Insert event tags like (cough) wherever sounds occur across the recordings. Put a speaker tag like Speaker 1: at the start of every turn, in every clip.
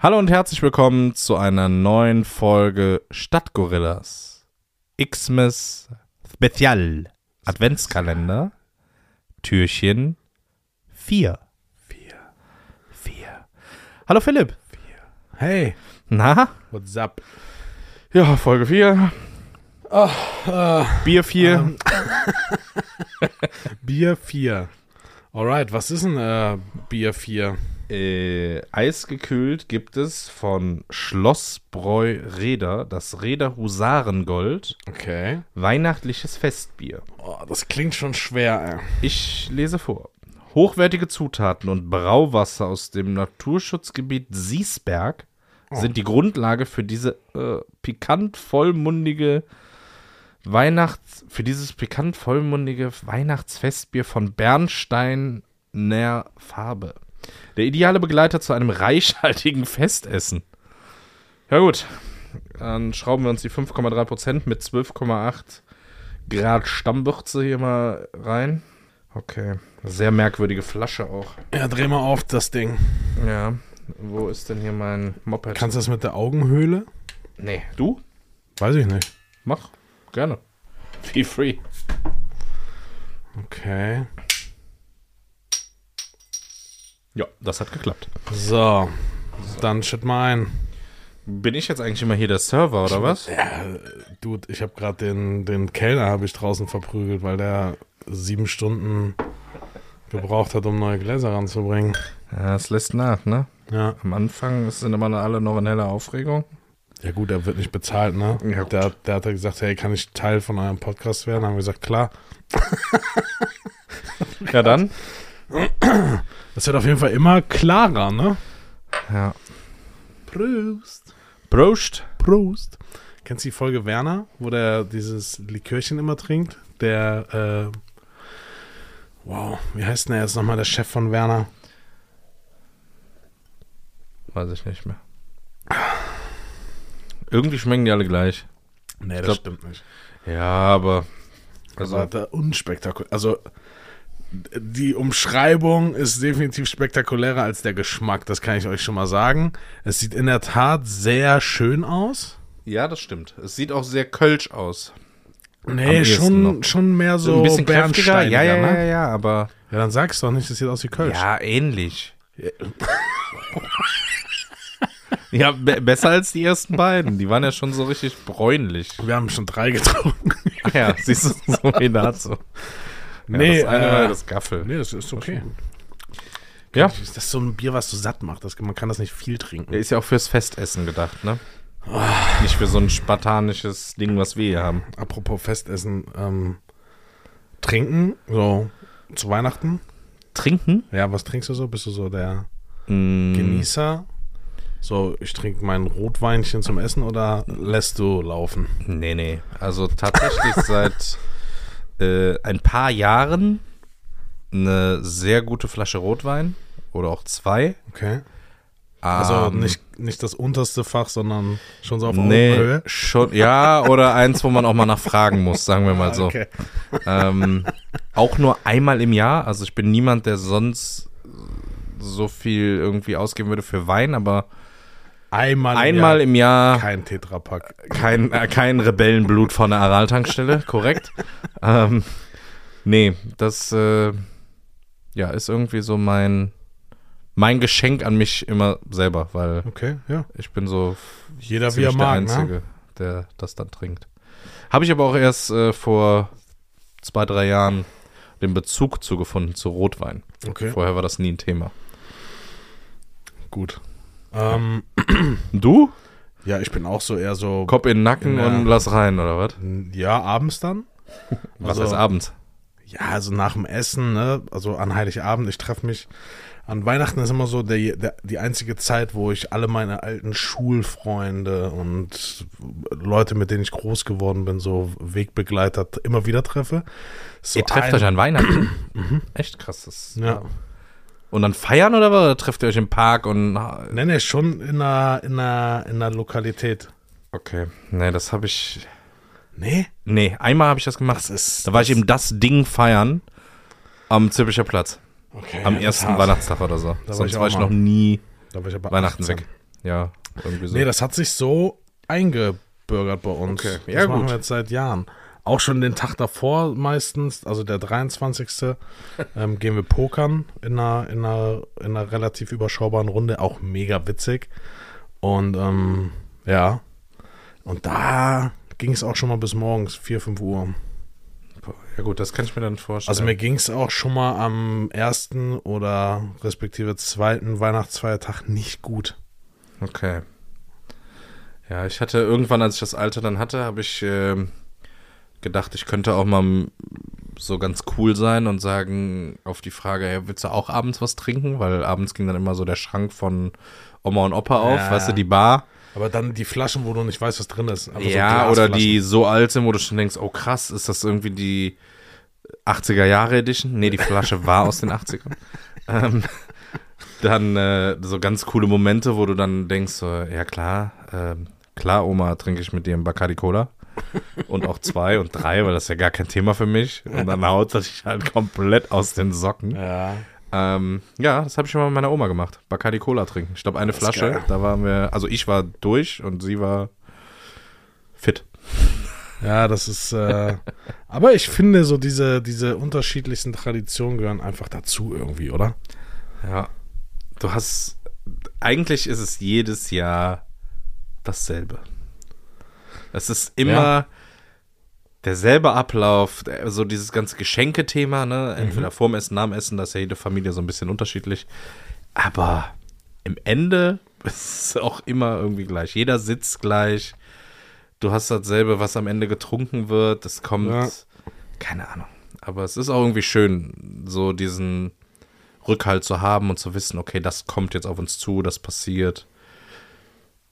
Speaker 1: Hallo und herzlich willkommen zu einer neuen Folge Stadtgorillas. Xmas Special Adventskalender Türchen 4. 4. 4. Hallo Philipp.
Speaker 2: Hey,
Speaker 1: Na?
Speaker 2: what's up?
Speaker 1: Ja, Folge 4. Bier 4.
Speaker 2: Bier 4. Alright, was ist ein äh, Bier 4?
Speaker 1: Äh, eisgekühlt gibt es von Schlossbräu Reder das Reder Husarengold
Speaker 2: Okay.
Speaker 1: Weihnachtliches Festbier.
Speaker 2: Oh, das klingt schon schwer, ey.
Speaker 1: Ich lese vor. Hochwertige Zutaten und Brauwasser aus dem Naturschutzgebiet Siesberg sind die Grundlage für diese äh, pikant vollmundige Weihnachts für dieses pikant vollmundige Weihnachtsfestbier von Bernsteiner Farbe. Der ideale Begleiter zu einem (laughs) reichhaltigen Festessen. Ja gut, dann schrauben wir uns die 5,3% mit 12,8 Grad Stammwürze hier mal rein. Okay, sehr merkwürdige Flasche auch.
Speaker 2: Ja, dreh mal auf das Ding.
Speaker 1: Ja, wo ist denn hier mein Moped?
Speaker 2: Kannst du das mit der Augenhöhle?
Speaker 1: nee, du?
Speaker 2: Weiß ich nicht.
Speaker 1: Mach, gerne. Feel free.
Speaker 2: Okay.
Speaker 1: Ja, das hat geklappt.
Speaker 2: So, dann shit mal ein.
Speaker 1: Bin ich jetzt eigentlich immer hier der Server oder was?
Speaker 2: Ja, Dude, ich habe gerade den, den Kellner habe ich draußen verprügelt, weil der sieben Stunden gebraucht hat, um neue Gläser ranzubringen.
Speaker 1: Ja, es lässt nach, ne?
Speaker 2: Ja.
Speaker 1: Am Anfang sind immer alle noch in heller (laughs) Aufregung.
Speaker 2: Ja gut, er wird nicht bezahlt, ne?
Speaker 1: Ja, gut.
Speaker 2: der, hat- der hat dann gesagt, hey, kann ich Teil von eurem Podcast werden? Haben wir gesagt, klar.
Speaker 1: Ja, dann?
Speaker 2: Das wird auf jeden Fall immer klarer, ne?
Speaker 1: Ja.
Speaker 2: Prost.
Speaker 1: Prost.
Speaker 2: Prost. Kennst du die Folge Werner, wo der dieses Likörchen immer trinkt? Der, äh, wow, wie heißt denn er jetzt nochmal, der Chef von Werner?
Speaker 1: Weiß ich nicht mehr. Irgendwie schmecken die alle gleich.
Speaker 2: Nee, das
Speaker 1: glaub-
Speaker 2: stimmt nicht.
Speaker 1: Ja, aber.
Speaker 2: Also,
Speaker 1: Also,
Speaker 2: der unspektakulär. Also, die Umschreibung ist definitiv spektakulärer als der Geschmack, das kann ich euch schon mal sagen. Es sieht in der Tat sehr schön aus.
Speaker 1: ja, das stimmt. Es sieht auch sehr kölsch aus.
Speaker 2: Nee,
Speaker 1: ehesten
Speaker 2: schon,
Speaker 1: noch.
Speaker 2: schon mehr so,
Speaker 1: kräftiger. Ja, ja, ja,
Speaker 2: ne?
Speaker 1: ja, aber.
Speaker 2: ja, dann sag's doch nicht, das sieht aus wie Kölsch.
Speaker 1: Ja, ähnlich. (laughs) ja, be besser als die ersten beiden. Die waren ja schon so richtig bräunlich.
Speaker 2: Wir haben schon drei (laughs) getrunken.
Speaker 1: Ach ja, (laughs) siehst du, so wie dazu.
Speaker 2: Ah nee,
Speaker 1: das eine
Speaker 2: äh,
Speaker 1: war das Gaffel.
Speaker 2: nee, das ist okay.
Speaker 1: Ja,
Speaker 2: Das ist so ein Bier, was du satt macht. Das, man kann das nicht viel trinken.
Speaker 1: der ist ja auch fürs Festessen gedacht, ne? Nicht für so ein spartanisches Ding, was wir hier haben.
Speaker 2: Apropos Festessen, ähm, trinken, so zu Weihnachten.
Speaker 1: Trinken?
Speaker 2: Ja, was trinkst du so? Bist du so der
Speaker 1: Mm,
Speaker 2: Genießer? So, ich trinke mein Rotweinchen zum Essen oder lässt du laufen?
Speaker 1: nee, nee. Also tatsächlich (laughs) seit äh, ein paar Jahren eine sehr gute Flasche Rotwein oder auch zwei.
Speaker 2: Okay. Also
Speaker 1: Ähm,
Speaker 2: nicht, nicht das unterste Fach, sondern schon so auf
Speaker 1: Nee,
Speaker 2: Augenhöhe.
Speaker 1: schon, ja, oder eins, wo man auch mal nachfragen muss, sagen wir mal so.
Speaker 2: Okay.
Speaker 1: Ähm, auch nur einmal im Jahr. Also ich bin niemand, der sonst so viel irgendwie ausgeben würde für Wein, aber
Speaker 2: Einmal,
Speaker 1: einmal
Speaker 2: im
Speaker 1: im Jahr
Speaker 2: Jahr kein Tetrapack.
Speaker 1: kein, äh, kein Rebellenblut von der Aral-Tankstelle, korrekt. ähm, nee, das äh, ja, ist irgendwie so mein, mein Geschenk an mich immer selber, weil
Speaker 2: Okay, ja.
Speaker 1: ich bin so
Speaker 2: Jeder wie
Speaker 1: ziemlich
Speaker 2: er mag,
Speaker 1: der Einzige,
Speaker 2: ne?
Speaker 1: der das dann trinkt. Habe ich aber auch erst äh, vor zwei, drei Jahren den Bezug zu gefunden, zu Rotwein.
Speaker 2: Okay,
Speaker 1: Vorher war das nie ein Thema.
Speaker 2: gut. Ähm,
Speaker 1: Du?
Speaker 2: ja, ich bin auch so eher so.
Speaker 1: Kopf in den Nacken
Speaker 2: Ja.
Speaker 1: und lass rein, oder was?
Speaker 2: Ja, abends dann.
Speaker 1: (laughs) Was
Speaker 2: Also-
Speaker 1: heißt abends?
Speaker 2: Ja, also nach dem Essen, ne? Also an Heiligabend, ich treffe mich. An Weihnachten ist immer so der, der, die einzige Zeit, wo ich alle meine alten Schulfreunde und Leute, mit denen ich groß geworden bin, so Wegbegleiter, t- immer wieder treffe. So
Speaker 1: Ihr trefft
Speaker 2: ein-
Speaker 1: euch halt. an Weihnachten.
Speaker 2: (clears throat)
Speaker 1: Echt krass. Das
Speaker 2: Mhm. Ja.
Speaker 1: Und dann feiern oder, was? Oder trefft ihr euch im Park und. ha-
Speaker 2: Nee, nee, schon in einer, in einer, in einer Lokalität.
Speaker 1: Okay. Nee, das habe ich.
Speaker 2: Nee?
Speaker 1: Nee, einmal habe ich das gemacht.
Speaker 2: Das ist-
Speaker 1: da war ich
Speaker 2: das-
Speaker 1: eben das Ding feiern am Zippischer Platz.
Speaker 2: Okay.
Speaker 1: Am
Speaker 2: das ist
Speaker 1: ersten
Speaker 2: hart.
Speaker 1: Weihnachtstag oder so.
Speaker 2: war
Speaker 1: Sonst
Speaker 2: ich
Speaker 1: war
Speaker 2: auch
Speaker 1: ich
Speaker 2: mal.
Speaker 1: noch nie
Speaker 2: Da war ich aber
Speaker 1: Weihnachten
Speaker 2: 18.
Speaker 1: weg. Ja, irgendwie so.
Speaker 2: Nee, das hat sich so eingebürgert bei uns.
Speaker 1: Okay, ja,
Speaker 2: das machen
Speaker 1: gut.
Speaker 2: wir jetzt seit Jahren. Auch schon den Tag davor meistens, also
Speaker 1: (laughs)
Speaker 2: der 23. ähm, gehen wir pokern in einer, in, einer, in einer relativ überschaubaren Runde, auch mega witzig. Und ähm, ja, und da ging es auch schon mal bis morgens, 4, 5 Uhr.
Speaker 1: ja, gut, das kann ich mir dann vorstellen.
Speaker 2: Also mir ging es auch schon mal am ersten oder respektive zweiten Weihnachtsfeiertag nicht gut.
Speaker 1: Okay. Ja, ich hatte irgendwann, als ich das Alter dann hatte, habe ich ähm, gedacht, ich könnte auch mal m, so ganz cool sein und sagen auf die Frage, hey, willst du auch abends was trinken? Weil abends ging dann immer so der Schrank von Oma und Opa auf,
Speaker 2: Ja.
Speaker 1: weißt du, die Bar.
Speaker 2: Aber dann die Flaschen, wo du nicht weißt, was drin ist. Aber so
Speaker 1: ja, oder
Speaker 2: Glasflaschen.
Speaker 1: die so alte, wo du schon denkst, oh krass, ist das irgendwie die 80er Jahre Edition? Nee, die Flasche war aus den
Speaker 2: (laughs)
Speaker 1: 80ern. Ähm, dann äh, so ganz coole Momente, wo du dann denkst, so, ja klar, ähm, klar, Oma, trinke ich mit dir einen Bacardi Cola. Und auch zwei und drei, weil das ist ja gar kein Thema für mich. Und dann haut das dich halt komplett aus den Socken.
Speaker 2: Ja.
Speaker 1: Ähm, ja, das habe ich schon mal mit meiner Oma gemacht. Bacardi Cola trinken. Ich glaube, eine
Speaker 2: ist
Speaker 1: Flasche.
Speaker 2: geil.
Speaker 1: Da waren wir, also ich war durch und sie war fit.
Speaker 2: Ja, das ist. Äh, (laughs) aber ich finde, so diese, diese unterschiedlichsten Traditionen gehören einfach dazu irgendwie, oder?
Speaker 1: Ja. Du hast. Eigentlich ist es jedes Jahr dasselbe. Es ist immer
Speaker 2: Ja.
Speaker 1: derselbe Ablauf, der- so dieses ganze Geschenkethema, ne? Entweder vorm Essen, nach dem Essen, das ist ja jede Familie so ein bisschen unterschiedlich. Aber im Ende (laughs) ist es auch immer irgendwie gleich. Jeder sitzt gleich. Du hast dasselbe, was am Ende getrunken wird. Es kommt.
Speaker 2: Ja.
Speaker 1: Keine Ahnung. Aber es ist auch irgendwie schön, so diesen Rückhalt zu haben und zu wissen, okay, das kommt jetzt auf uns zu, das passiert.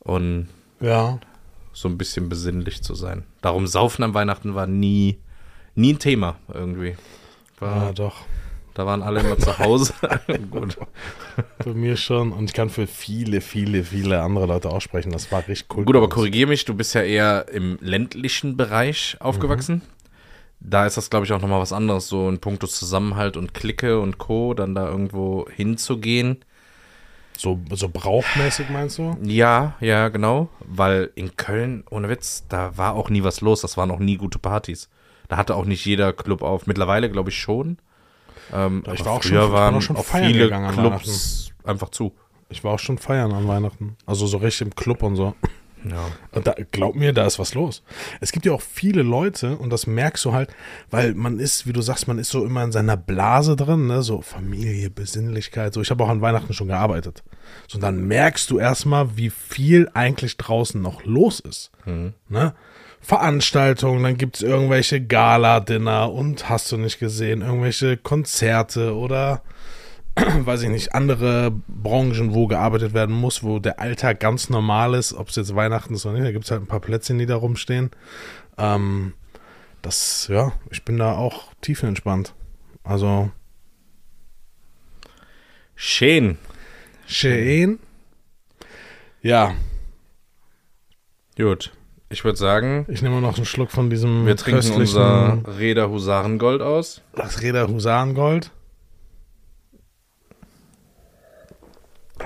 Speaker 1: Und
Speaker 2: Ja.
Speaker 1: so ein bisschen besinnlich zu sein. Darum Saufen am Weihnachten war nie, nie ein Thema irgendwie. War,
Speaker 2: Ja, doch.
Speaker 1: Da waren alle immer zu Hause. (laughs) Gut.
Speaker 2: Bei mir schon. Und ich kann für viele, viele, viele andere Leute aussprechen. Das war richtig cool.
Speaker 1: Gut, aber korrigier mich, du bist ja eher im ländlichen Bereich
Speaker 2: Mhm.
Speaker 1: aufgewachsen. Da ist das, glaube ich, auch nochmal was anderes, so in puncto Zusammenhalt und Clique und Co., dann da irgendwo hinzugehen.
Speaker 2: So, so brauchmäßig meinst du?
Speaker 1: Ja, ja, genau. Weil in Köln, ohne Witz, da war auch nie was los. Das waren auch nie gute Partys. Da hatte auch nicht jeder Club auf. Mittlerweile glaube ich schon. Ähm,
Speaker 2: ich
Speaker 1: aber
Speaker 2: war auch schon-
Speaker 1: früher
Speaker 2: ich bin
Speaker 1: waren
Speaker 2: auch schon
Speaker 1: auch
Speaker 2: feiern
Speaker 1: viele
Speaker 2: gegangen an
Speaker 1: Clubs einfach zu.
Speaker 2: Ich war auch schon feiern an Weihnachten. Also so richtig im Club und so.
Speaker 1: Ja.
Speaker 2: Und da, glaub mir, da ist was los. Es gibt ja auch viele Leute, und das merkst du halt, weil man ist, wie du sagst, man ist so immer in seiner Blase drin, ne? so Familie, Besinnlichkeit, so. Ich habe auch an Weihnachten schon gearbeitet. So, und dann merkst du erstmal, wie viel eigentlich draußen noch los ist. Ne? Veranstaltungen, dann gibt's irgendwelche Gala-Dinner und hast du nicht gesehen, irgendwelche Konzerte oder weiß ich nicht, andere Branchen, wo gearbeitet werden muss, wo der Alltag ganz normal ist, ob es jetzt Weihnachten ist oder nicht, da gibt es halt ein paar Plätzchen, die da rumstehen. Ähm, das, ja, ich bin da auch tiefenentspannt. Also,
Speaker 1: Schön.
Speaker 2: schön. Ja,
Speaker 1: Gut. Ich würde sagen,
Speaker 2: ich nehme noch einen Schluck von diesem
Speaker 1: wir trinken
Speaker 2: köstlichen-
Speaker 1: unser Räder Husarengold aus.
Speaker 2: das Räder Husarengold.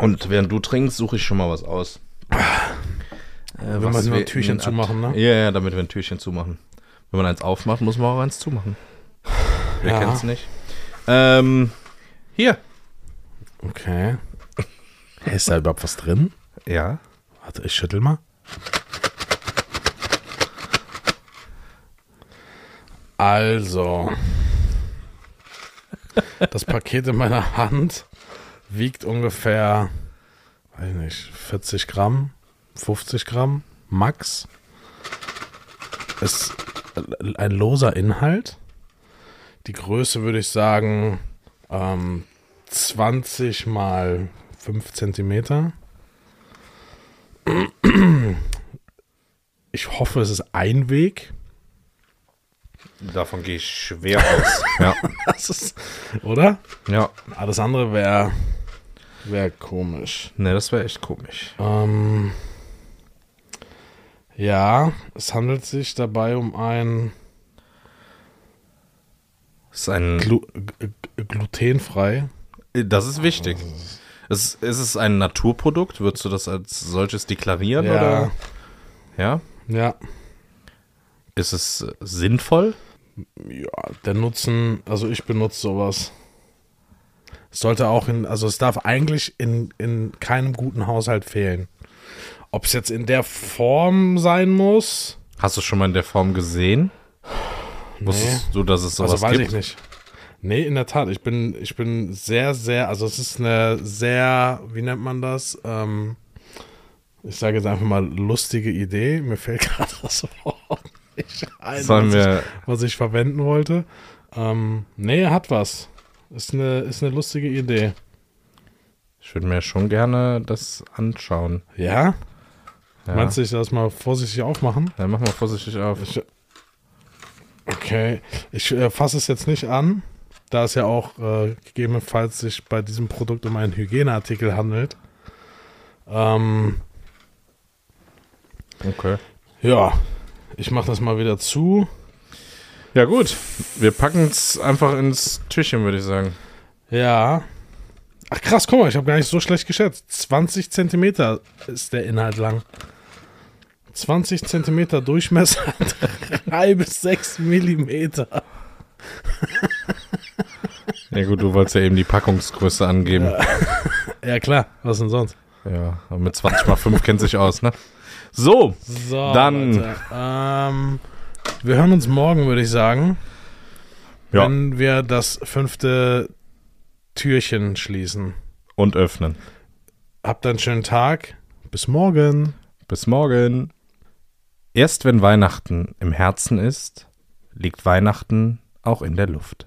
Speaker 1: Und während du trinkst, suche ich schon mal was aus. Äh,
Speaker 2: wir
Speaker 1: was
Speaker 2: nur ein Türchen
Speaker 1: in-
Speaker 2: zumachen, ne?
Speaker 1: Ja, ja, damit wir ein Türchen zumachen. Wenn man eins aufmacht, muss man auch eins zumachen. Wer
Speaker 2: Ja.
Speaker 1: kennt's nicht? Ähm, hier.
Speaker 2: Okay. Hey, ist da überhaupt was drin?
Speaker 1: Ja.
Speaker 2: Warte, ich schüttel mal. Also, das Paket in meiner Hand wiegt ungefähr, weiß ich nicht, 40 Gramm, 50 Gramm, max. Ist ein loser Inhalt. Die Größe würde ich sagen ähm, 20 mal 5 Zentimeter. Ich hoffe, es ist ein Weg.
Speaker 1: Davon gehe ich schwer
Speaker 2: (laughs)
Speaker 1: aus. ja.
Speaker 2: (laughs) Das ist, oder?
Speaker 1: Ja.
Speaker 2: Alles andere wäre wär komisch.
Speaker 1: Ne, das wäre echt komisch.
Speaker 2: Ähm, ja, es handelt sich dabei um ein
Speaker 1: Das ist ein.
Speaker 2: Glu g- g- glutenfrei.
Speaker 1: Das ist wichtig. Ist, ist es ein Naturprodukt? Würdest du das als solches deklarieren?
Speaker 2: Ja.
Speaker 1: Oder? ja?
Speaker 2: Ja.
Speaker 1: Ist es äh, sinnvoll?
Speaker 2: Ja, der Nutzen, also ich benutze sowas. Es sollte auch in, also es darf eigentlich in, in keinem guten Haushalt fehlen. Ob es jetzt in der Form sein muss,
Speaker 1: Hast du es schon mal in der Form gesehen? Wusstest du, dass es sowas
Speaker 2: also weiß
Speaker 1: gibt?
Speaker 2: ich nicht. Nee, in der Tat, ich bin, ich bin sehr, sehr, also es ist eine sehr, wie nennt man das? Ähm, ich sage jetzt einfach mal lustige Idee. Mir fällt (laughs) gerade das Wort nicht ein,
Speaker 1: Sollen
Speaker 2: was,
Speaker 1: wir-
Speaker 2: ich, was ich verwenden wollte. Ähm, nee, hat was. Ist eine, ist eine lustige Idee.
Speaker 1: Ich würde mir schon gerne das anschauen.
Speaker 2: Ja?
Speaker 1: Ja.
Speaker 2: Meinst du, ich soll das mal vorsichtig aufmachen?
Speaker 1: Dann mach mal vorsichtig auf.
Speaker 2: Ich, okay, ich äh, fasse es jetzt nicht an, da es ja auch äh, gegebenenfalls sich bei diesem Produkt um einen Hygieneartikel handelt. Ähm,
Speaker 1: Okay.
Speaker 2: ja, ich mache das mal wieder zu.
Speaker 1: Ja, gut. Wir packen es einfach ins Türchen, würde ich sagen.
Speaker 2: Ja. Ach krass, guck mal, ich habe gar nicht so schlecht geschätzt. 20 Zentimeter ist der Inhalt lang. 20 Zentimeter Durchmesser, (laughs) 3 bis 6 Millimeter.
Speaker 1: Ja, gut, du wolltest ja eben die Packungsgröße angeben.
Speaker 2: Ja klar, was denn sonst?
Speaker 1: Ja, aber mit 20 mal 5 kennt sich aus, ne? So,
Speaker 2: So,
Speaker 1: Dann-
Speaker 2: Leute, ähm, wir hören uns morgen, würde ich sagen,
Speaker 1: ja,
Speaker 2: wenn wir das fünfte Türchen schließen.
Speaker 1: und öffnen.
Speaker 2: Habt einen schönen Tag. Bis morgen.
Speaker 1: Bis morgen. Erst wenn Weihnachten im Herzen ist, liegt Weihnachten auch in der Luft.